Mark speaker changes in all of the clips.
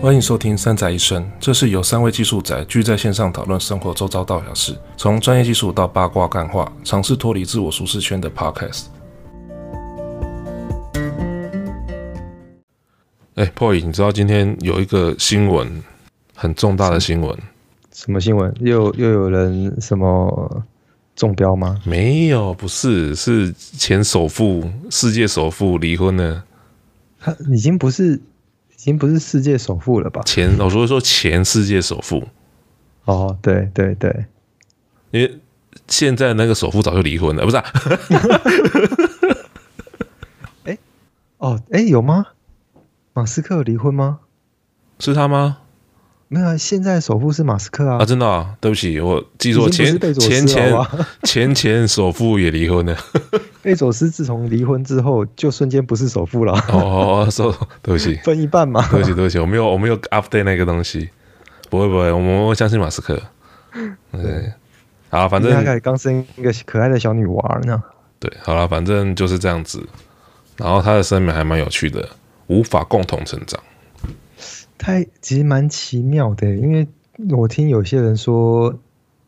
Speaker 1: 欢迎收听《三宅一生》，这是由三位技术宅聚在线上讨论生活周遭大小事，从专业技术到八卦干话，尝试脱离自我舒适圈的 Podcast。哎、p o y 你知道今天有一个新闻，很重大的新闻，
Speaker 2: 什么新闻？又又有人什么中标吗？
Speaker 1: 没有，不是，是前首富、世界首富离婚了。
Speaker 2: 他已经不是已经不是世界首富了吧？
Speaker 1: 前，我说说前世界首富，
Speaker 2: 哦，对对对，
Speaker 1: 因为现在那个首富早就离婚了，不是、啊？
Speaker 2: 哦，哎，有吗？马斯克有离婚吗？
Speaker 1: 是他吗？
Speaker 2: 没有，啊，现在首富是马斯克啊
Speaker 1: 啊，，真的、啊，对不起，我记错，
Speaker 2: 已经不
Speaker 1: 前
Speaker 2: 是贝佐斯
Speaker 1: 前前
Speaker 2: 了好吧
Speaker 1: 前前首富也离 婚了。
Speaker 2: 贝佐斯自从离婚之后，就瞬间不是首富了，啊
Speaker 1: 哦哦，哦，说对不起，
Speaker 2: 分一半嘛。
Speaker 1: 对不起，对不起，我没有我没有 update 那个东西，不会不会，我们我相信马斯克。
Speaker 2: 嗯
Speaker 1: 对，好，反
Speaker 2: 大
Speaker 1: 正
Speaker 2: 概刚生一个可爱的小女娃呢。
Speaker 1: 对，好了，反正就是这样子。然后他的声明还蛮有趣的，无法共同成长。
Speaker 2: 他其实蛮奇妙的，欸因为我听有些人说，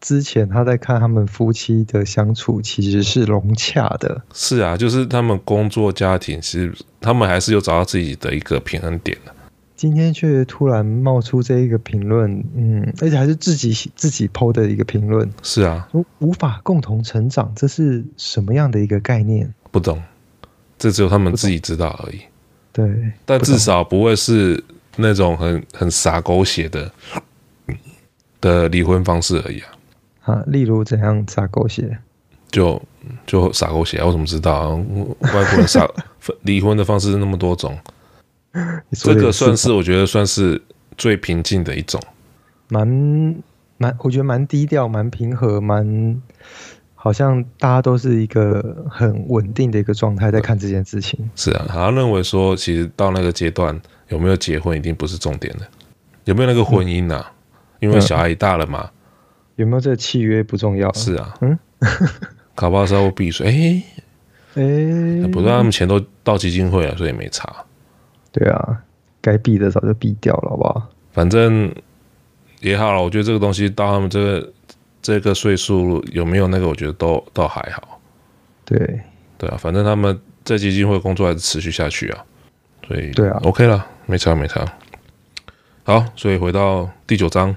Speaker 2: 之前他在看他们夫妻的相处其实是融洽的，
Speaker 1: 是啊，就是他们工作、家庭，其实他们还是有找到自己的一个平衡点的。
Speaker 2: 今天却突然冒出这一个评论，嗯，而且还是自己自己抛的一个评论，
Speaker 1: 是啊，
Speaker 2: 无无法共同成长，这是什么样的一个概念？
Speaker 1: 不懂，这只有他们自己知道而已。
Speaker 2: 对，
Speaker 1: 但
Speaker 2: 不懂
Speaker 1: 至少不会是那种很很傻狗血的的离婚方式而已啊，
Speaker 2: 啊，例如怎样撒狗血，
Speaker 1: 就就傻狗血啊，我怎么知道啊？外国人傻分 离婚的方式那么多种，
Speaker 2: 你说
Speaker 1: 这
Speaker 2: 的
Speaker 1: 个
Speaker 2: 也
Speaker 1: 算是我觉得算是最平静的一种，
Speaker 2: 蛮蛮，我觉得蛮低调，蛮平和，蛮好像大家都是一个很稳定的一个状态在看这件事情。
Speaker 1: 是啊，好像认为说其实到那个阶段有没有结婚已经不是重点了，有没有那个婚姻
Speaker 2: 嗯
Speaker 1: 啊？因为小孩也大了嘛，
Speaker 2: 有没有这个契约不重要，
Speaker 1: 是啊，
Speaker 2: 嗯，
Speaker 1: 搞不好稍微避税，哎、
Speaker 2: 诶，
Speaker 1: 不过他们钱都到基金会了，所以没差。
Speaker 2: 对啊，该避的早就避掉了，好不好？
Speaker 1: 反正也好了，我觉得这个东西到他们这个这个岁数有没有那个，我觉得都都还好，
Speaker 2: 对，
Speaker 1: 对啊，反正他们在基金会工作还是持续下去啊，所以
Speaker 2: 对啊
Speaker 1: ，OK 了，没差没差。好，所以回到第九章，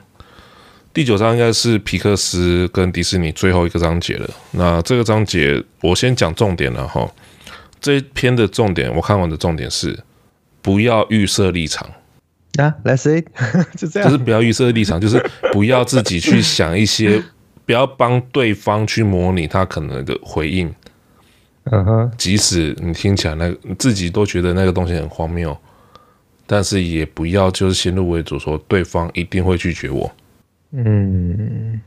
Speaker 1: 第九章应该是皮克斯跟迪士尼最后一个章节了。那这个章节我先讲重点了哈，这一篇的重点我看完的重点是不要预设立场。
Speaker 2: 那、啊、That's it，就 这样，
Speaker 1: 就是不要预设立场，就是不要自己去想一些， 不要帮对方去模拟他可能的回应，
Speaker 2: 嗯哼，
Speaker 1: 即使你听起来那个自己都觉得那个东西很荒谬，但是也不要就是先入为主说对方一定会拒绝我，
Speaker 2: 嗯，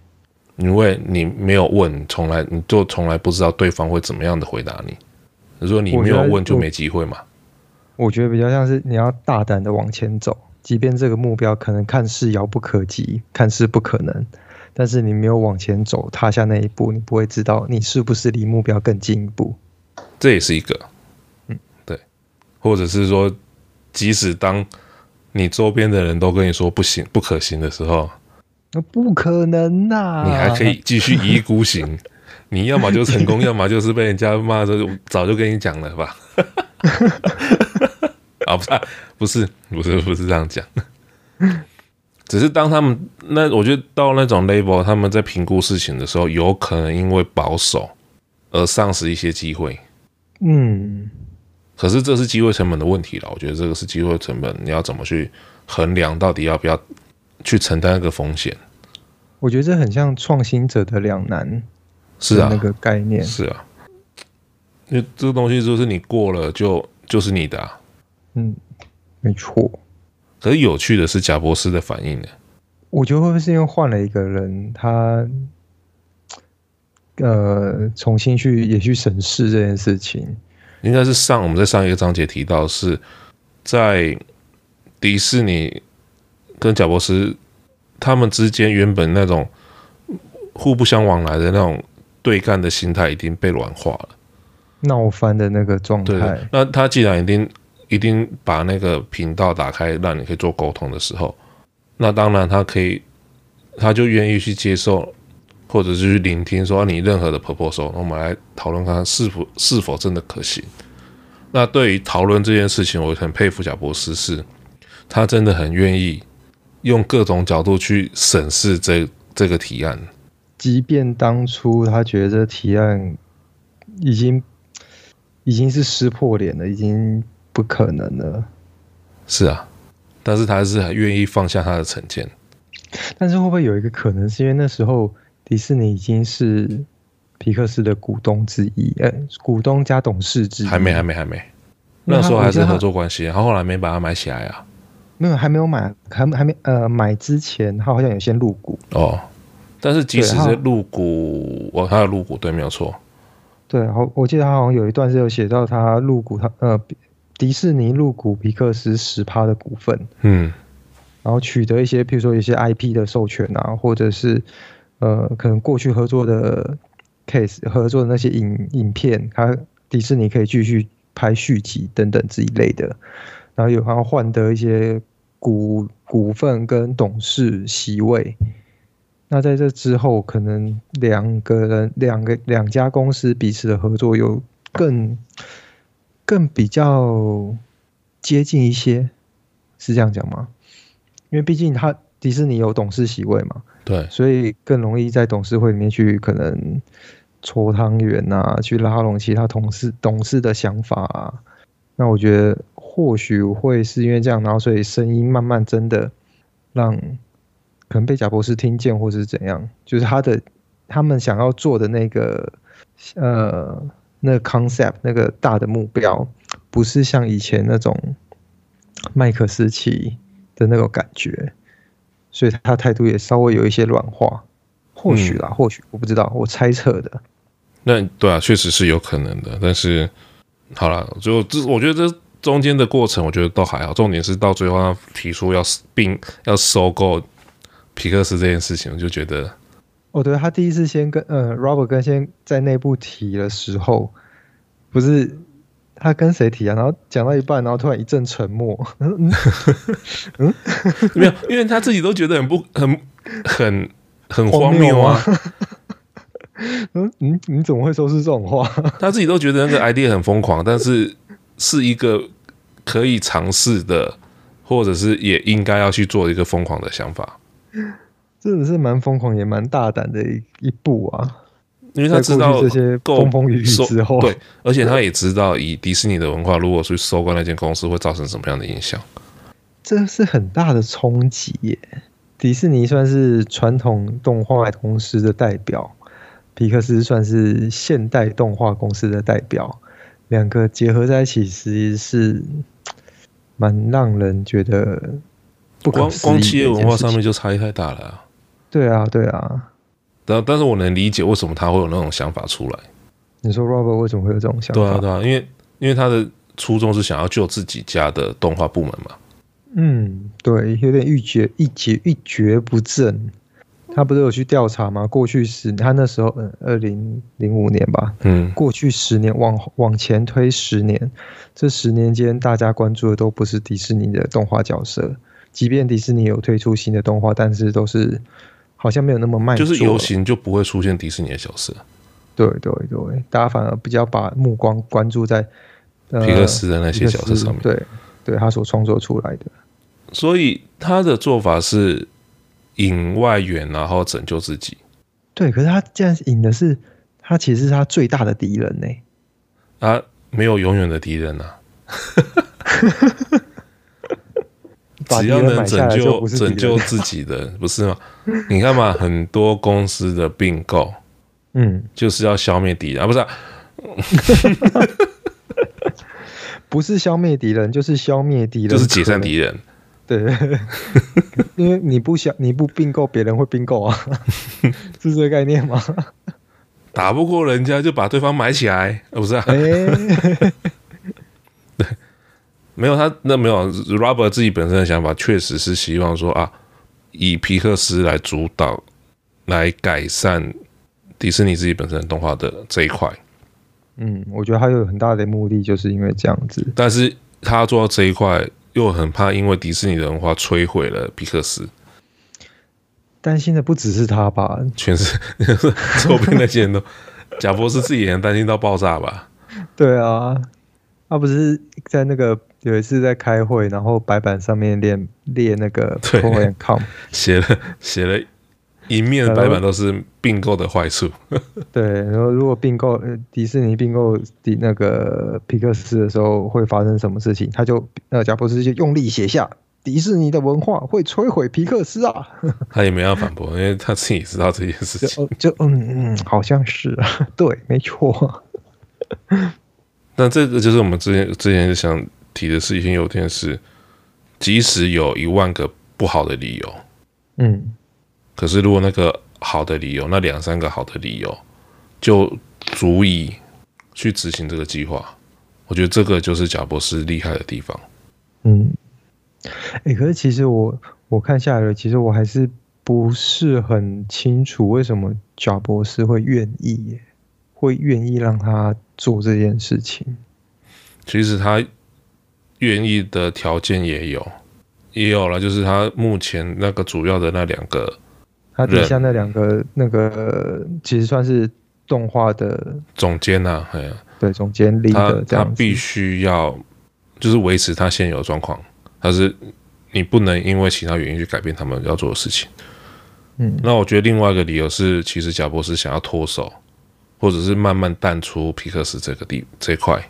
Speaker 1: 因为你没有问，从来你就从来不知道对方会怎么样的回答你。如果你没有
Speaker 2: 我觉
Speaker 1: 问，
Speaker 2: 得
Speaker 1: 就没机会嘛。
Speaker 2: 我觉得比较像是你要大胆的往前走，即便这个目标可能看似遥不可及，看似不可能，但是你没有往前走，踏下那一步，你不会知道你是不是离目标更进一步。
Speaker 1: 这也是一个，嗯，对，或者是说，即使当你周边的人都跟你说不行、不可行的时候，
Speaker 2: 那不可能呐、
Speaker 1: 你还可以继续一意孤行，你要么就成功，要么就是被人家骂说早就跟你讲了吧，啊，不是啊，不是，不是，不是这样讲，只是当他们那，我觉得到那种 level，他们在评估事情的时候，有可能因为保守而丧失一些机会。
Speaker 2: 嗯，
Speaker 1: 可是这是机会成本的问题了，我觉得这个是机会成本，你要怎么去衡量到底要不要去承担那个风险？
Speaker 2: 我觉得这很像创新者的两难
Speaker 1: 是啊
Speaker 2: 那，个概念。
Speaker 1: 是啊，因为这个东西就是你过了就就是你的、啊。
Speaker 2: 嗯，没错。
Speaker 1: 可是有趣的是贾博士的反应呢，
Speaker 2: 我觉得会不会是因为换了一个人，他呃重新去也去审视这件事情？
Speaker 1: 应该是上我们在上一个章节提到是在迪士尼跟贾博士他们之间原本那种互不相往来的那种对干的心态已经被软化了。
Speaker 2: 闹翻的那个状
Speaker 1: 对
Speaker 2: 态，，
Speaker 1: 那他既然已经一定把那个频道打开，让你可以做沟通的时候，那当然他可以，他就愿意去接受，或者是去聆听说啊你任何的 proposal，那我们来讨论看看是否是否真的可行。那对于讨论这件事情，我很佩服贾博士是，他真的很愿意用各种角度去审视这这个提案。
Speaker 2: 即便当初他觉得这提案已经已经是撕破脸了，已经不可能了，
Speaker 1: 是啊，但是他是很愿意放下他的成见。
Speaker 2: 但是会不会有一个可能，是因为那时候迪士尼已经是皮克斯的股东之一，呃，股东加董事之一，
Speaker 1: 还没，还没，还没。
Speaker 2: 嗯那
Speaker 1: 那
Speaker 2: 他
Speaker 1: 时候还是合，
Speaker 2: 我觉得
Speaker 1: 作关系，他后来没把它买起来啊。
Speaker 2: 他没有还没有买，还还没呃买之前，他好像有先入股，
Speaker 1: 哦，但是即使
Speaker 2: 对
Speaker 1: 是
Speaker 2: 他
Speaker 1: 入股，哦，他有入股，对，没有错。
Speaker 2: 对，好，我记得他好像有一段是有写到他入股他呃迪士尼入股皮克斯十趴的股份，
Speaker 1: 嗯，
Speaker 2: 然后取得一些，譬如说一些 IP 的授权啊，或者是呃，可能过去合作的 case 合作的那些影影片，它迪士尼可以继续拍续集等等这一类的，然后有还要换得一些股股份跟董事席位。那在这之后，可能两个人、两个两家公司彼此的合作有更更比较接近一些，是这样讲吗？因为毕竟他迪士尼有董事席位嘛，
Speaker 1: 对，
Speaker 2: 所以更容易在董事会里面去可能搓汤圆啊，去拉拢其他同事董事的想法啊。那我觉得或许会是因为这样，然后所以声音慢慢真的让可能被贾博士听见，或是怎样，就是他的他们想要做的那个呃那个 concept 那个大的目标，不是像以前那种麦克斯奇的那种感觉，所以他态度也稍微有一些软化，或许啦，或许我不知道，我猜测的。
Speaker 1: 那对啊，确实是有可能的。但是好了，就这，我觉得这中间的过程，我觉得倒还好。重点是到最后他提出要并要收购皮克斯这件事情，我就觉得
Speaker 2: 哦，对，他第一次先跟呃 Robert 跟先在内部提的时候，不是他跟谁提啊？然后讲到一半，然后突然一阵沉默。 嗯
Speaker 1: 没有，因为他自己都觉得很不很很很
Speaker 2: 荒
Speaker 1: 荒
Speaker 2: 谬
Speaker 1: 谬
Speaker 2: 啊
Speaker 1: 啊，
Speaker 2: 嗯嗯，你怎么会说出这种话？
Speaker 1: 他自己都觉得那个 idea 很疯狂，但是是一个可以尝试的，或者是也应该要去做一个疯狂的想法，
Speaker 2: 真的是蛮疯狂也蛮大胆的一一步啊！
Speaker 1: 因为
Speaker 2: 在
Speaker 1: 他
Speaker 2: 过
Speaker 1: 知道
Speaker 2: 去这些
Speaker 1: 够
Speaker 2: 风风雨雨
Speaker 1: 收
Speaker 2: 之后，
Speaker 1: 对，而且他也知道以迪士尼的文化，如果去收购那间公司会造成什么样的影响。
Speaker 2: 这是很大的冲击耶！迪士尼算是传统动画公司的代表，皮克斯算是现代动画公司的代表，两个结合在一起，其实是蛮让人觉得不可
Speaker 1: 光
Speaker 2: 思议的
Speaker 1: 光
Speaker 2: 一件
Speaker 1: 企业
Speaker 2: 事
Speaker 1: 文化上
Speaker 2: 情，
Speaker 1: 面就差异太大了、啊。
Speaker 2: 对啊，对啊。
Speaker 1: 但但是我能理解为什么他会有那种想法出来。
Speaker 2: 你说 Robert 为什么会有这种想法？
Speaker 1: 对啊，对啊，因为因为他的初衷是想要救自己家的动画部门嘛。
Speaker 2: 嗯，对，有点一蹶一蹶一蹶不振。他不是有去调查吗？过去十，他那时候嗯，二零零五年吧，
Speaker 1: 嗯，
Speaker 2: 过去十年往往前推十年，这十年间大家关注的都不是迪士尼的动画角色，即便迪士尼有推出新的动画，但是都是好像没有那么卖座
Speaker 1: 就
Speaker 2: 了，
Speaker 1: 是游行就不会出现迪士尼的角色，
Speaker 2: 对对对，大家反而比较把目光关注在、呃、
Speaker 1: 皮克斯的那
Speaker 2: 那
Speaker 1: 些角色上面。
Speaker 2: 对对，他所创作出来的。
Speaker 1: 所以他的做法是引外援，然后拯救自己。
Speaker 2: 对，可是他竟然引的是他，其实是他最大的敌人呢、
Speaker 1: 啊，没有永远的敌人啊。
Speaker 2: 把
Speaker 1: 只
Speaker 2: 敌
Speaker 1: 要
Speaker 2: 人
Speaker 1: 能
Speaker 2: 买下
Speaker 1: 拯
Speaker 2: 来就
Speaker 1: 救
Speaker 2: 不是敌人
Speaker 1: 拯救自己的，不是吗？你看嘛，很多公司的并购
Speaker 2: 嗯，
Speaker 1: 就是要消灭敌人，啊、不是啊、
Speaker 2: 不是消灭敌人，就是消灭敌人，
Speaker 1: 就是解散敌人。
Speaker 2: 对，因为你不想你不并购，别人会并购啊，是这个概念吗？
Speaker 1: 打不过人家就把对方买起来，啊、不是、啊？
Speaker 2: 哎、
Speaker 1: 没有他，那没有 Robert 自己本身的想法，确实是希望说啊，以皮克斯来主导，来改善迪士尼自己本身的动画的这一块。
Speaker 2: 嗯，我觉得他有很大的目的，就是因为这样子，
Speaker 1: 但是他做到这一块，又很怕因为迪士尼的文化摧毁了皮克斯，
Speaker 2: 担心的不只是他吧？
Speaker 1: 全是周边那些人都，贾博士自己也很担心到爆炸吧？
Speaker 2: 对啊，他不是在那个有一次在开会，然后白板上面列列那个 p
Speaker 1: 对
Speaker 2: o and com，
Speaker 1: 写了写了一面白板都是并购的坏处，
Speaker 2: 对，然后如果并购呃迪士尼并购迪那个皮克斯的时候会发生什么事情，他就那个贾博士就用力写下。迪士尼的文化会摧毁皮克斯啊！
Speaker 1: 他也没办法反驳，因为他自己知道这件事
Speaker 2: 就
Speaker 1: 情。
Speaker 2: 哦就嗯嗯，好像是啊， 对，没错，
Speaker 1: 那这个就是我们之前之前就想提的事情，有点是，即使有一万个不好的理由，
Speaker 2: 嗯，
Speaker 1: 可是如果那个好的理由，那两三个好的理由就足以去执行这个计划。我觉得这个就是贾博士厉害的地方。
Speaker 2: 嗯，哎、可是其实我我看下来了，其实我还是不是很清楚为什么贾博士会愿意耶，会愿意让他做这件事情。
Speaker 1: 其实他愿意的条件也有，也有了，就是他目前那个主要的那两个
Speaker 2: 他底
Speaker 1: 人
Speaker 2: 下那两个那个其实算是动画的
Speaker 1: 总监呐、哎呀，
Speaker 2: 对总监立
Speaker 1: 他
Speaker 2: 的这
Speaker 1: 他
Speaker 2: 样子，
Speaker 1: 必须要就是维持他现有的状况，他是你不能因为其他原因去改变他们要做的事情。
Speaker 2: 嗯
Speaker 1: 那我觉得另外一个理由是，其实贾博士想要脱手，或者是慢慢淡出皮克斯这个地这一块。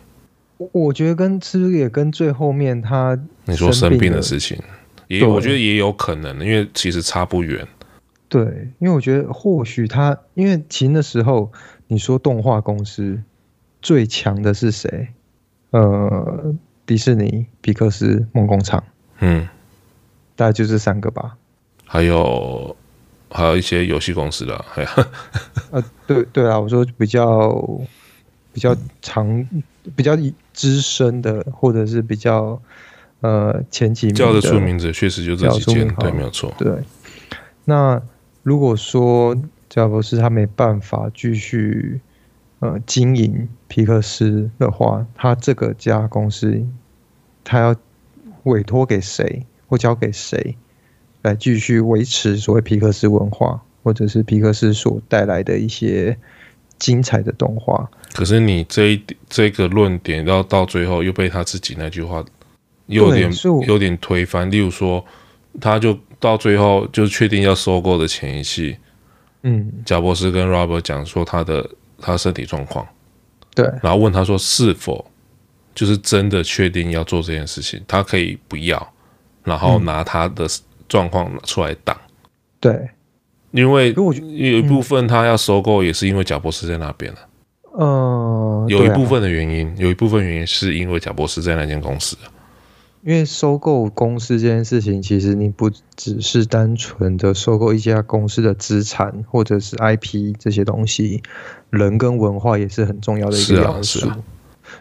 Speaker 2: 我我觉得跟是不是也跟最后面他
Speaker 1: 你说
Speaker 2: 生
Speaker 1: 生病
Speaker 2: 了
Speaker 1: 的事情，也
Speaker 2: 对
Speaker 1: 我觉得也有可能，因为其实差不远。
Speaker 2: 对，因为我觉得或许他，因为其实那时候你说动画公司最强的是谁？呃，迪士尼、皮克斯、梦工厂，
Speaker 1: 嗯，
Speaker 2: 大概就这三个吧。
Speaker 1: 还有还有一些游戏公司的， 哎呀，
Speaker 2: 呃，对对啊，我说比较比较长、比较资深的，或者是比较呃前几名
Speaker 1: 叫得出
Speaker 2: 的
Speaker 1: 名字确实就这
Speaker 2: 叫
Speaker 1: 几
Speaker 2: 出
Speaker 1: 间
Speaker 2: 名，
Speaker 1: 对，
Speaker 2: 好
Speaker 1: 没有错。
Speaker 2: 对，那如果说贾博士他没办法继续呃经营皮克斯的话，他这个家公司他要委托给谁或交给谁来继续维持所谓皮克斯文化，或者是皮克斯所带来的一些精彩的动画？
Speaker 1: 可是你这一这个论点到到最后又被他自己那句话又有
Speaker 2: 对
Speaker 1: 点
Speaker 2: 所以我
Speaker 1: 有点推翻。例如说，他就到最后就确定要收购的前一期，
Speaker 2: 嗯，
Speaker 1: 贾博士跟 Robert 讲说他的他身体状况，
Speaker 2: 对，
Speaker 1: 然后问他说是否就是真的确定要做这件事情，他可以不要，然后
Speaker 2: 嗯
Speaker 1: 拿他的状况出来挡，
Speaker 2: 对。
Speaker 1: 因为
Speaker 2: 可我觉得
Speaker 1: 有一部分他要收购也是因为贾博士在那边啊
Speaker 2: 呃，
Speaker 1: 有一
Speaker 2: 嗯对啊
Speaker 1: 部分的原因，有一部分原因是因为贾博士在那间公司。
Speaker 2: 因为收购公司这件事情，其实你不只是单纯的收购一家公司的资产或者是 IP 这些东西，人跟文化也是很重要的一
Speaker 1: 是
Speaker 2: 个
Speaker 1: 啊
Speaker 2: 要素。
Speaker 1: 是啊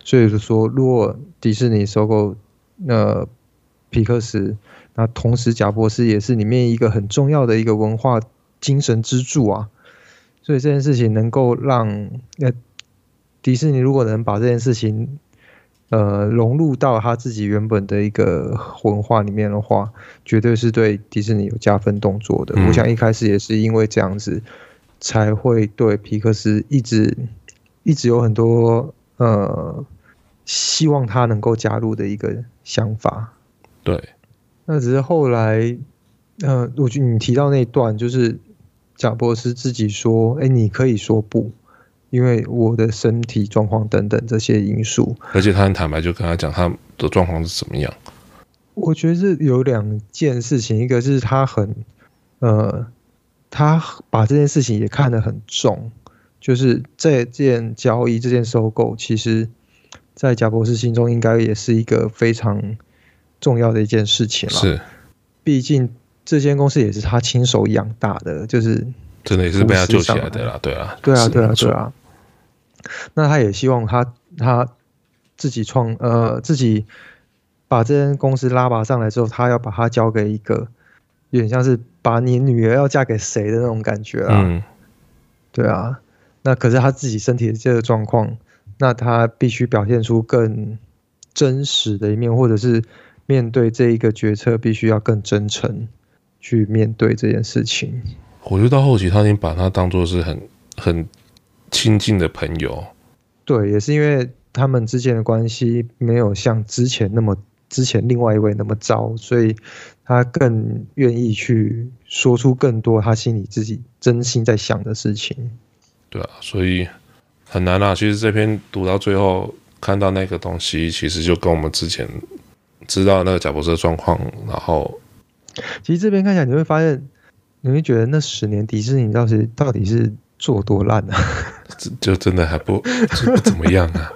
Speaker 2: 所以说，如果迪士尼收购呃皮克斯，那同时贾博士也是里面一个很重要的一个文化精神支柱啊。所以这件事情能够让呃迪士尼如果能把这件事情呃融入到他自己原本的一个文化里面的话，绝对是对迪士尼有加分动作的。
Speaker 1: 嗯
Speaker 2: 我想一开始也是因为这样子，才会对皮克斯一直一直有很多呃希望他能够加入的一个想法。
Speaker 1: 对，
Speaker 2: 那只是后来，呃，我觉得你提到那一段，就是贾博士自己说：“哎，你可以说不，因为我的身体状况等等这些因素。
Speaker 1: 而且他很坦白，就跟他讲他的状况是怎么样。”
Speaker 2: 我觉得是有两件事情，一个是他很，呃，他把这件事情也看得很重，就是这件交易、这件收购，其实，在贾博士心中应该也是一个非常重要的一件事情了。
Speaker 1: 是，
Speaker 2: 毕竟这间公司也是他亲手养大的，就是
Speaker 1: 真的也是被他救起来的啦，对啊，
Speaker 2: 对啊，
Speaker 1: 是
Speaker 2: 对啊，
Speaker 1: 没错
Speaker 2: 对啊。那他也希望他他自己创呃自己把这间公司拉拔上来之后，他要把它交给一个有点像是把你女儿要嫁给谁的那种感觉啊，
Speaker 1: 嗯，
Speaker 2: 对啊。那可是他自己身体的这个状况，那他必须表现出更真实的一面，或者是面对这一个决策，必须要更真诚去面对这件事情。
Speaker 1: 我觉得到后期他已经把他当做是很很亲近的朋友，
Speaker 2: 对，也是因为他们之间的关系没有像之前那么之前另外一位那么糟，所以他更愿意去说出更多他心里自己真心在想的事情。
Speaker 1: 对啊，所以很难啊。其实这篇读到最后，看到那个东西，其实就跟我们之前知道那个贾博士的状况，然后
Speaker 2: 其实这边看起来你会发现，你会觉得那十年迪士尼到底到底是做多烂啊！
Speaker 1: 就就真的还不就不怎么样啊。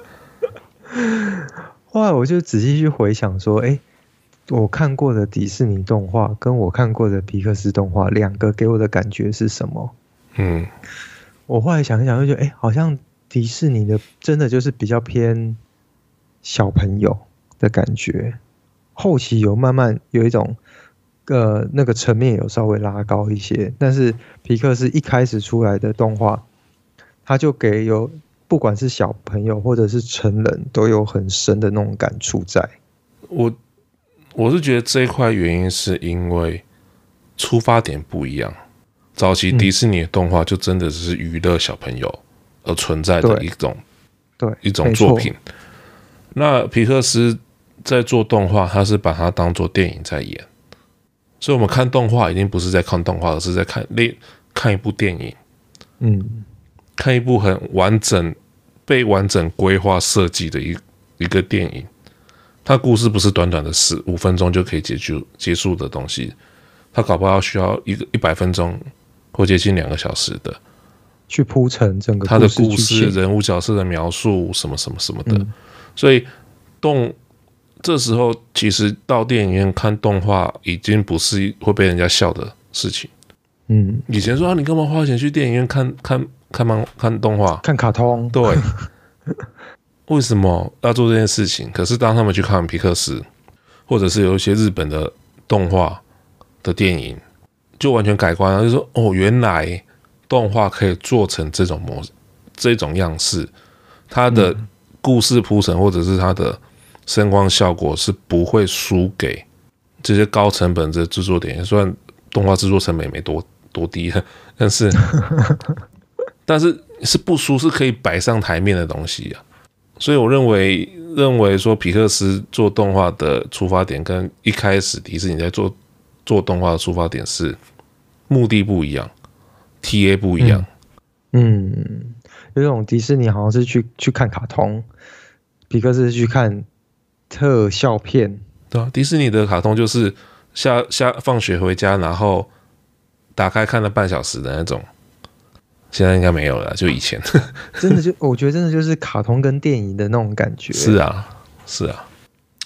Speaker 2: 后来我就仔细去回想说，哎、我看过的迪士尼动画跟我看过的皮克斯动画，两个给我的感觉是什么？
Speaker 1: 嗯，
Speaker 2: 我后来想一想，就觉得，哎、好像迪士尼的真的就是比较偏小朋友的感觉。后期有慢慢有一种，呃，那个层面有稍微拉高一些，但是皮克斯一开始出来的动画，它就给有不管是小朋友或者是成人都有很深的那种感触在。
Speaker 1: 我我是觉得这一块原因是因为出发点不一样。早期迪士尼的动画就真的只是娱乐小朋友而存在的
Speaker 2: 对
Speaker 1: 一种
Speaker 2: 对，
Speaker 1: 一种
Speaker 2: 没错
Speaker 1: 作品。那皮克斯在做动画，他是把它当做电影在演，所以我们看动画已经不是在看动画，而是在看另看一部电影，
Speaker 2: 嗯，
Speaker 1: 看一部很完整、被完整规划设计的一一个电影。它故事不是短短的十五分钟就可以结束结束的东西，它搞不好需要一个一百分钟或接近两个小时的。
Speaker 2: 去铺陈整个
Speaker 1: 他的
Speaker 2: 故
Speaker 1: 故
Speaker 2: 事
Speaker 1: 事、
Speaker 2: 剧情。
Speaker 1: 人物角色的描述，什么什么什么的。
Speaker 2: 嗯
Speaker 1: 所以动这时候其实到电影院看动画，已经不是会被人家笑的事情。
Speaker 2: 嗯，
Speaker 1: 以前说啊，你干嘛花钱去电影院看看看漫看动画？
Speaker 2: 看卡通，
Speaker 1: 对， 为什么要做这件事情？可是当他们去看皮克斯，或者是有一些日本的动画的电影，就完全改观了，就说哦，原来动画可以做成这种模这种样式，它的故事铺陈或者是它的声光效果是不会输给这些高成本的制作点，虽然动画制作成本也没多多低，但是但是是不输是可以摆上台面的东西啊。所以我认为认为说皮克斯做动画的出发点跟一开始迪士尼在做做动画的出发点是目的不一样，TA 不一样。
Speaker 2: 嗯，有一种迪士尼好像是去去看卡通，皮克斯是去看特效片，
Speaker 1: 对啊，迪士尼的卡通就是下下放学回家，然后打开看了半小时的那种。现在应该没有了，就以 前
Speaker 2: 真 的就我觉得真的就是卡通跟电影的那种感觉。
Speaker 1: 是啊，是啊，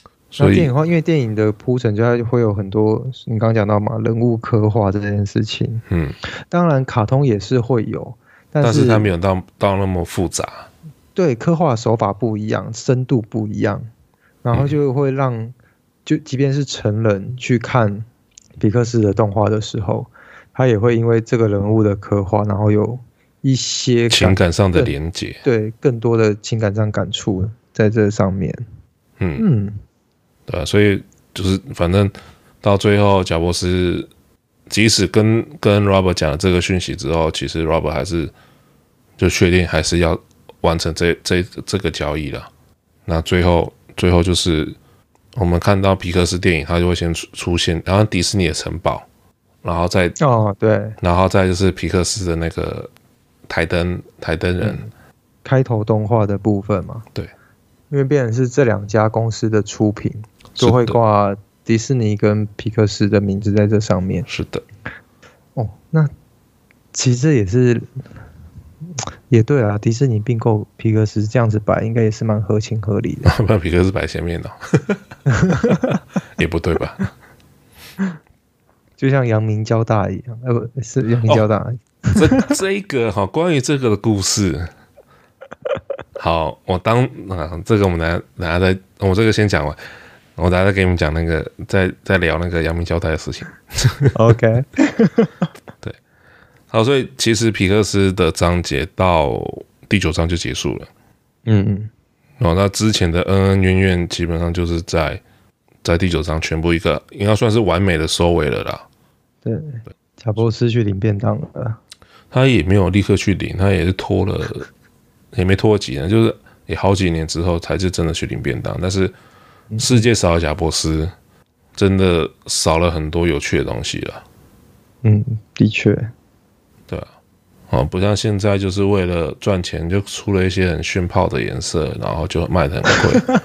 Speaker 2: 那
Speaker 1: 所
Speaker 2: 电
Speaker 1: 以
Speaker 2: 影的话，因为电影的铺陈，就它会有很多你刚刚讲到嘛，人物刻画这件事情。
Speaker 1: 嗯，
Speaker 2: 当然，卡通也是会有，但
Speaker 1: 但
Speaker 2: 是
Speaker 1: 是它没有到到那么复杂，
Speaker 2: 对刻画手法不一样，深度不一样，然后
Speaker 1: 嗯
Speaker 2: 就会让、就即便是成人去看皮克斯的动画的时候，他也会因为这个人物的刻画，然后有一些
Speaker 1: 情
Speaker 2: 感
Speaker 1: 感上的
Speaker 2: 对
Speaker 1: 连接，
Speaker 2: 对更多的情感上感触在这上面。
Speaker 1: 嗯，
Speaker 2: 嗯，
Speaker 1: 对啊，所以就是反正到最后，贾博士即使跟跟 Robert 讲了这个讯息之后，其实 Robert 还是就确定还是要完成这这这个交易了。那最后最后就是我们看到皮克斯电影，它就会先出出现，然后迪士尼的城堡，然后再
Speaker 2: 哦，对，
Speaker 1: 然后再就是皮克斯的那个台灯台灯人，
Speaker 2: 开头动画的部分嘛，
Speaker 1: 对，
Speaker 2: 因为变成是这两家公司的出品，就会
Speaker 1: 是的
Speaker 2: 挂迪士尼跟皮克斯的名字在这上面。
Speaker 1: 是的，
Speaker 2: 哦，那其实也是，也对啊。迪士尼并购皮克斯这样子摆，应该也是蛮合情合理的。
Speaker 1: 不然皮克斯摆前面的、哦 也不对吧？
Speaker 2: 就像阳明交大一样，呃，不是阳明交
Speaker 1: 哦
Speaker 2: 大，
Speaker 1: 这 这一个哈，关于这个的故事，好，我当啊，这个我们等下等下再，我这个先讲完，我等下再给你们讲那个，再再聊那个阳明交代的事情。
Speaker 2: OK，
Speaker 1: 好，所以其实皮克斯的章节到第九章就结束了。
Speaker 2: 嗯，
Speaker 1: 哦，那之前的恩恩怨怨基本上就是在在第九章全部一个应该算是完美的收尾了啦。
Speaker 2: 对，贾博士去领便当了，
Speaker 1: 他也没有立刻去领，他也是拖了， 也没拖几年，就是也好几年之后才是真的去领便当。但是世界少了贾博士，真的少了很多有趣的东西了。
Speaker 2: 嗯，的确，
Speaker 1: 哦，不像现在就是为了赚钱就出了一些很炫炮的颜色，然后就卖的很贵。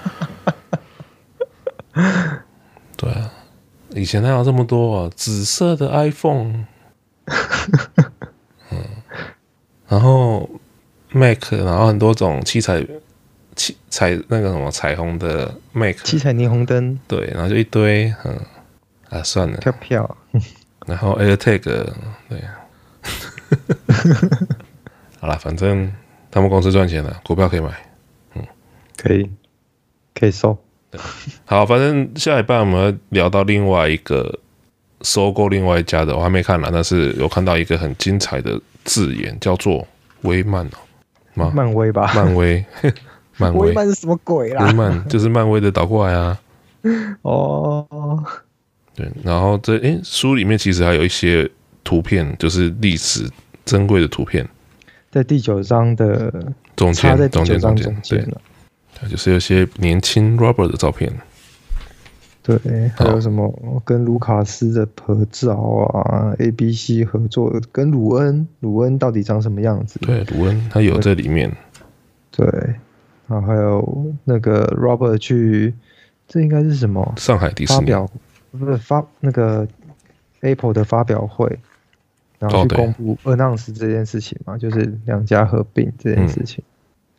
Speaker 1: 对啊，以前哪有这么多啊？紫色的 iPhone，嗯，然后 Mac，然后很多种七彩七彩那个什么彩虹的 Mac，
Speaker 2: 七彩霓虹灯
Speaker 1: 对，然后就一堆，嗯，啊算了，
Speaker 2: 飘飘，
Speaker 1: 然后 AirTag，对， 好啦，反正他们公司赚钱了，股票可以买。
Speaker 2: 可以，可以收。
Speaker 1: 好，反正下一半我们要聊到另外一个收购另外一家的，我还没看呢，但是有看到一个很精彩的字眼，叫做威曼 哦，吗？
Speaker 2: 漫威吧，
Speaker 1: 漫威， 漫威，
Speaker 2: 威
Speaker 1: 威
Speaker 2: 漫是什么鬼啦？
Speaker 1: 曼就是漫威的倒过来啊。
Speaker 2: 哦，
Speaker 1: 对，然后这诶书里面其实还有一些图片，就是历史珍贵的图片，
Speaker 2: 在第九章的
Speaker 1: 中
Speaker 2: 插
Speaker 1: 间
Speaker 2: 在第
Speaker 1: 中
Speaker 2: 九
Speaker 1: 间
Speaker 2: 章
Speaker 1: 中
Speaker 2: 中
Speaker 1: 间，对
Speaker 2: 间，了。
Speaker 1: 就是有些年轻 Robert 的照片。
Speaker 2: 对，还有什么跟卢卡斯的合照啊？A、B、C 合作，跟鲁恩，鲁恩到底长什么样子？
Speaker 1: 对，鲁恩他有在里面，
Speaker 2: 对，然后还有那个 Robert 去，这应该是什么
Speaker 1: 上海迪士
Speaker 2: 发
Speaker 1: 尼。
Speaker 2: 表？不是发那个 Apple 的发表会，然
Speaker 1: 哦
Speaker 2: 后去
Speaker 1: 对
Speaker 2: 公布 announce 这件事情嘛，就是两家合并这件事情。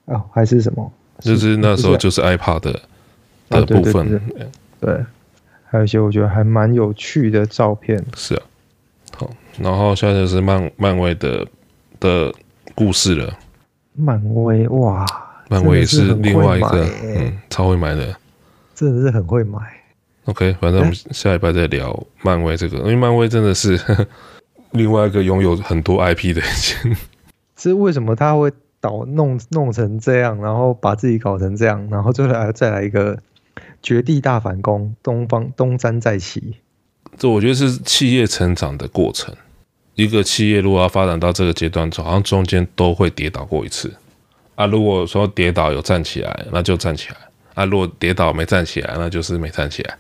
Speaker 1: 嗯
Speaker 2: 哦，还是什么？
Speaker 1: 就是那时候就是 iPad 的的部分，
Speaker 2: 啊对对对，还有一些我觉得还蛮有趣的照片。
Speaker 1: 是啊。好，然后现在就是漫漫威的的故事了，
Speaker 2: 漫威哇，
Speaker 1: 漫威也
Speaker 2: 真的
Speaker 1: 另外一
Speaker 2: 很会
Speaker 1: 个
Speaker 2: 买，欸
Speaker 1: 嗯，超会买的。
Speaker 2: 真的是很会买。
Speaker 1: OK，反正我们
Speaker 2: 嗯
Speaker 1: 下礼拜再聊漫威这个，因为漫威真的是 另外一个拥有很多 IP 的一间，
Speaker 2: 是为什么他会搞弄弄成这样，然后把自己搞成这样，然后最后来再来一个绝地大反攻，东方东山再起。
Speaker 1: 这我觉得是企业成长的过程。一个企业如果要发展到这个阶段，好像中间都会跌倒过一次啊。如果说跌倒有站起来，那就站起来啊；如果跌倒没站起来，那就是没站起来。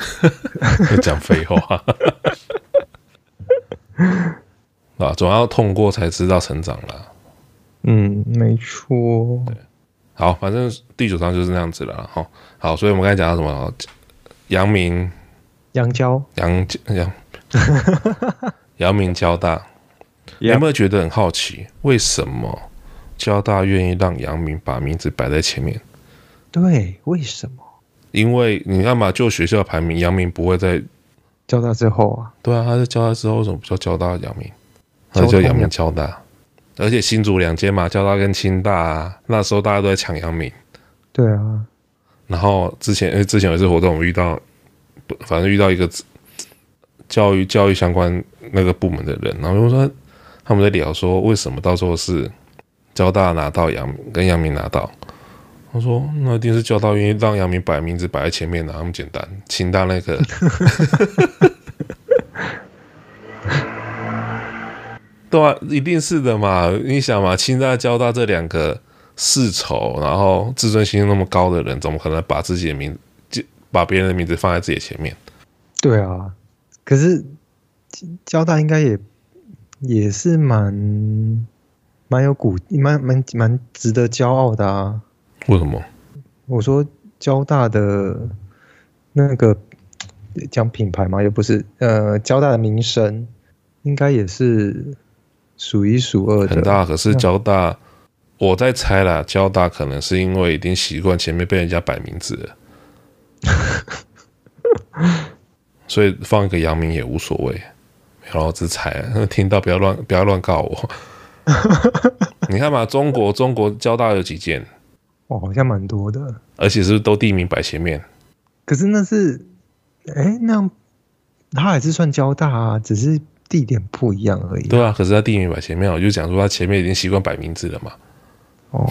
Speaker 1: 就讲废话 啊，总要痛过才知道成长啦。
Speaker 2: 嗯，没错。
Speaker 1: 好，反正第九章就是那样子了。哈，好，所以我们刚才讲到什么？阳明、
Speaker 2: 杨娇
Speaker 1: 阳阳阳明交大，你有没有觉得很好奇，为什么交大愿意让阳明把名字摆在前面？
Speaker 2: 对，为什么
Speaker 1: 因为你看嘛，就学校排名，阳明不会在
Speaker 2: 叫到最后啊？
Speaker 1: 对啊，他在交大之后，为什么不叫交大阳明？他就叫阳明交大，而且新竹两间嘛，交大跟清大、啊，那时候大家都在抢阳明。
Speaker 2: 对啊，
Speaker 1: 然后之前，因为之前有一次活动，我遇到，不反正遇到一个教育教育相关那个部门的人，然后我就说他们在聊说为什么到时候是交大拿到阳明跟阳明拿到，他说那一定是交大愿意让阳明把名字摆在前面的、啊，那么简单。清大那个， 对啊，一定是的嘛。你想嘛，清大、交大这两个世仇，然后自尊心那么高的人，怎么可能把自己的名就把别人的名字放在自己的前面？
Speaker 2: 对啊。可是交大应该也也是蛮蛮有骨，蛮蛮蛮值得骄傲的啊。
Speaker 1: 为什么？
Speaker 2: 我说交大的那个讲品牌嘛，又不是呃交大的名声，应该也是数一数二
Speaker 1: 很
Speaker 2: 的。
Speaker 1: 大，可是交大，我在猜啦，交大可能是因为已经习惯前面被人家摆名字 了，所以放一个阳明也无所谓。然后只猜啊，听到不要乱不要乱告我。 你看嘛，中国中国交大有几间，
Speaker 2: 哦，好像蛮多的。
Speaker 1: 而且是不是都地名摆前面？
Speaker 2: 可是那是，哎，那样他还是算交大啊，只是地点不一样而已。
Speaker 1: 对啊，可是他地名摆前面， 我就讲说他前面已经习惯摆名字了嘛。
Speaker 2: 哦，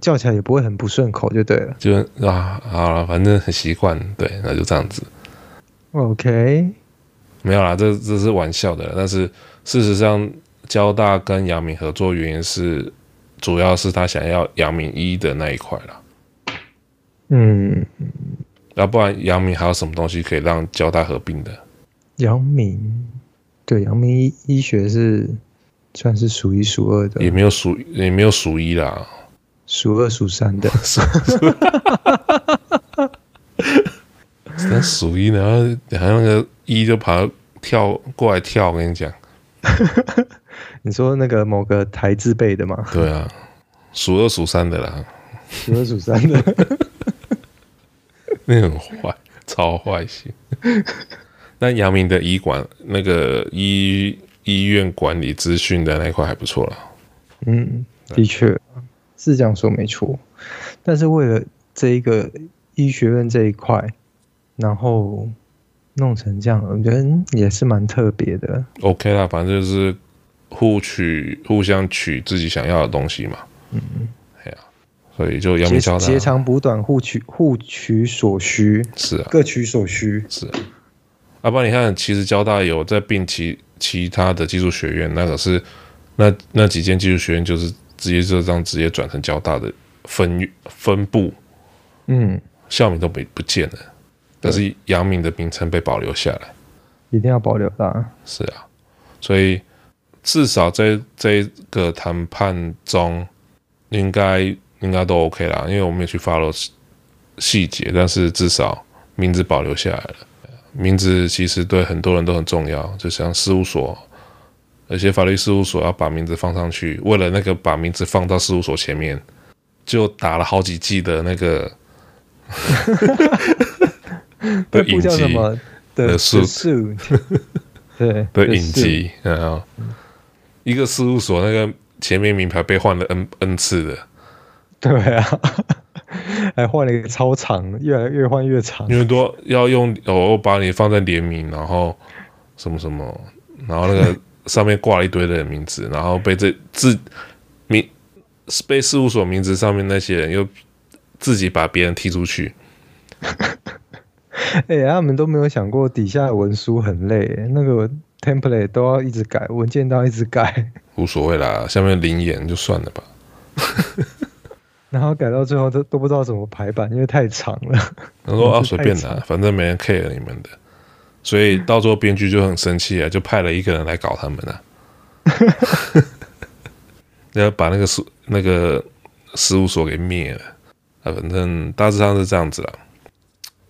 Speaker 2: 叫起来也不会很不顺口，就对了。
Speaker 1: 就啊，好了，反正很习惯，对，那就这样子。
Speaker 2: OK，
Speaker 1: 没有啦，这这是玩笑的啦。但是事实上，交大跟杨明合作原因是，主要是他想要杨明一的那一块啦。
Speaker 2: 嗯，
Speaker 1: 要不然杨明还有什么东西可以让交大合并的？
Speaker 2: 阳明，对，阳明医医学是算是数一数二
Speaker 1: 也
Speaker 2: 的，
Speaker 1: 没有数，也没有数一啦。
Speaker 2: 数二数三 的。
Speaker 1: 但数一呢，然后然后那个一就爬跳过来跳，我跟你讲，
Speaker 2: 你说那个某个台字辈的吗？
Speaker 1: 对啊，数二数三的啦，
Speaker 2: 数二数三的。
Speaker 1: 那很坏，超坏心。那阳明的医管那个医医院管理资讯的那一块还不错啦。
Speaker 2: 嗯， 的确是这样说没错，但是为了这一个医学院这一块，然后弄成这样，我觉得嗯也是蛮特别的。
Speaker 1: OK 啦，反正就是互取互相取自己想要的东西嘛。嗯，哎呀、所以就阳
Speaker 2: 截
Speaker 1: 明交啊
Speaker 2: 截
Speaker 1: 大
Speaker 2: 长补短，互取互取所需，
Speaker 1: 是啊，
Speaker 2: 各取所需。
Speaker 1: 是啊，啊，不然你看，其实交大有在并其其他的技术学院，那可是那那几间技术学院就是直接就这样直接转成交大的分分部，
Speaker 2: 嗯，
Speaker 1: 校名都没不见了，但是阳明的名称被保留下来，
Speaker 2: 一定要保留啦。
Speaker 1: 是啊，所以至少在这个谈判中，应该应该都 OK 啦，因为我没有去 follow 细细节，但是至少名字保留下来了。名字其实对很多人都很重要，就像事务所，有些法律事务所要把名字放上去，为了那个把名字放到事务所前面，就打了好几季的那 个的
Speaker 2: 那
Speaker 1: 影
Speaker 2: 部叫
Speaker 1: 集
Speaker 2: 什么
Speaker 1: 的
Speaker 2: 的
Speaker 1: suit
Speaker 2: suit？对
Speaker 1: 的
Speaker 2: the
Speaker 1: 影
Speaker 2: suit
Speaker 1: 集，然后一个事务所那个前面名牌被换了 n n 次的，
Speaker 2: 对啊，还换了一个超长，越来越换越长。
Speaker 1: 因为都要用哦，我把你放在联名，然后什么什么，然后那个上面挂了一堆人的名字，然后被这自名被事务所名字上面那些人又自己把别人踢出去，
Speaker 2: 哎、他们都没有想过底下的文书很累耶，那个 template 都要一直改，文件都要一直改，
Speaker 1: 无所谓啦，下面零言就算了吧。
Speaker 2: 然后改到最后都都不知道怎么排版，因为太长了。
Speaker 1: 他说啊，
Speaker 2: 嗯这
Speaker 1: 随
Speaker 2: 太
Speaker 1: 便
Speaker 2: 扯
Speaker 1: 啦，反正没人 care 你们的，所
Speaker 2: 嗯
Speaker 1: 以到最后编剧就很生气啊，就派了一个人来搞他们啊， 要把那个事那个事务所给灭了啊，反正大致上是这样子啦。啊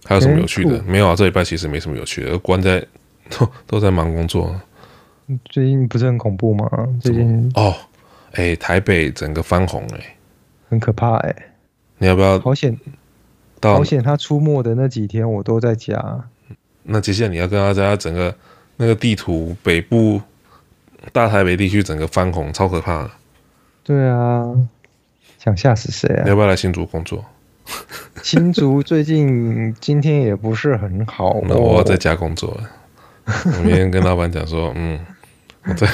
Speaker 1: 还有什么有趣的？
Speaker 2: 嗯酷
Speaker 1: 没有啊，这礼拜其实没什么有趣的，都关在都都在忙工作
Speaker 2: 最近不是很恐怖吗？最近
Speaker 1: 哦。哎、台北整个翻红哎、
Speaker 2: 很可怕哎、
Speaker 1: 你要不要
Speaker 2: 好险
Speaker 1: 到
Speaker 2: 好险，他出没的那几天我都在家。
Speaker 1: 那接下来你要跟大家整个那个地图北部大台北地区整个翻红，超可怕的。
Speaker 2: 对啊，想吓死谁
Speaker 1: 你
Speaker 2: 啊？
Speaker 1: 要不要来新竹工作？
Speaker 2: 新竹最近今天也不是很好、哦，
Speaker 1: 那我要在家工作了。我明天跟老板讲说，嗯，我在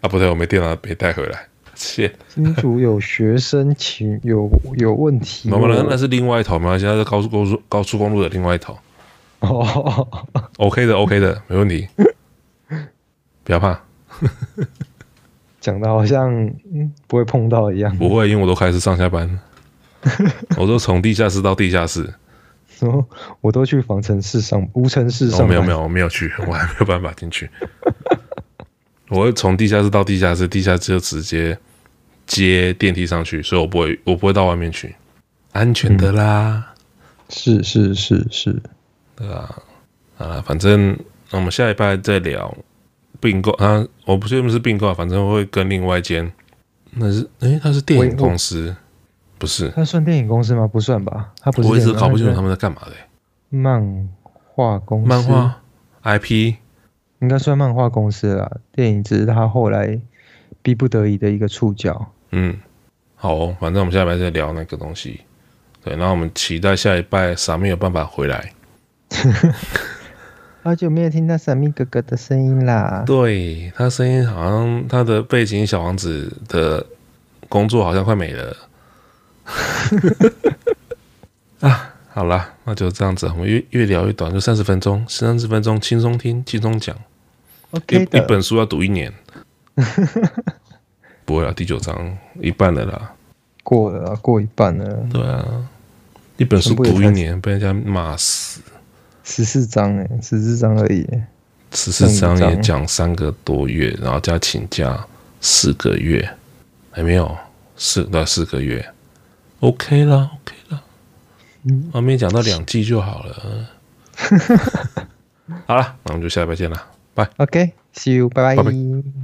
Speaker 1: 啊，不对，我没电脑没带回来。切，
Speaker 2: 新竹有学生情有有问题哦，
Speaker 1: 老板那那是另外一头嘛，现在在高速公路高速公路的另外一头。
Speaker 2: 哦，
Speaker 1: OK 的，OK 的，没问题，不要怕，
Speaker 2: 讲的好像嗯不会碰到一样。
Speaker 1: 不会，因为我都开始上下班了，我都从地下室到地下室。
Speaker 2: 然后我都去防城市上无城市
Speaker 1: 哦，
Speaker 2: 上、
Speaker 1: 没有没，有，我没有去， 我还没有办法进去。 我会从地下室到地下室，地下室就直接接电梯上去，所以我不会，我不会到外面去，安全的啦，
Speaker 2: 是是是是，
Speaker 1: 对吧、啊？
Speaker 2: 嗯
Speaker 1: 啊，反正那我们下一拜再聊并购啊，我不确定是并购啊，反正会跟另外一间，那是诶，它是电
Speaker 2: 我
Speaker 1: 影公司，不是？
Speaker 2: 那算电影公司吗？不算吧，他不是
Speaker 1: 我一直
Speaker 2: 电影
Speaker 1: 搞
Speaker 2: 公司
Speaker 1: 不清楚他们在干嘛的、
Speaker 2: 漫画公司，
Speaker 1: 漫画 IP
Speaker 2: 应该算漫画公司啦。电影只是他后来逼不得已的一个触角。
Speaker 1: 嗯，好、哦，反正我们下礼拜再聊那个东西。对，然后我们期待下一拜傻妹有办法回来。
Speaker 2: 好久没有听到闪米哥哥的声音啦，
Speaker 1: 对他声音好像他的背景小王子的工作好像快没了， 啊，好啦，那就这样子，我们越越聊越短，就三十分钟，三十分钟轻松听，轻松讲。一
Speaker 2: OK
Speaker 1: 一
Speaker 2: 的，
Speaker 1: 本书要读一 年，不会啦，第九章一半了啦。
Speaker 2: 过了啊过一半了，
Speaker 1: 对啊，一本书
Speaker 2: 全部也
Speaker 1: 读一
Speaker 2: 才
Speaker 1: 年，被人家骂死。
Speaker 2: 十四章哎，十四章而已欸。
Speaker 1: 十四章
Speaker 2: 上一
Speaker 1: 也
Speaker 2: 章
Speaker 1: 讲三个多月，然后加请假四个月，还没有四对四个月，OK 啦，OK 啦，
Speaker 2: 嗯
Speaker 1: 还没讲到两季就好了。 好了，那我们就下礼拜见啦，拜。
Speaker 2: OK，see you，拜
Speaker 1: 拜
Speaker 2: 拜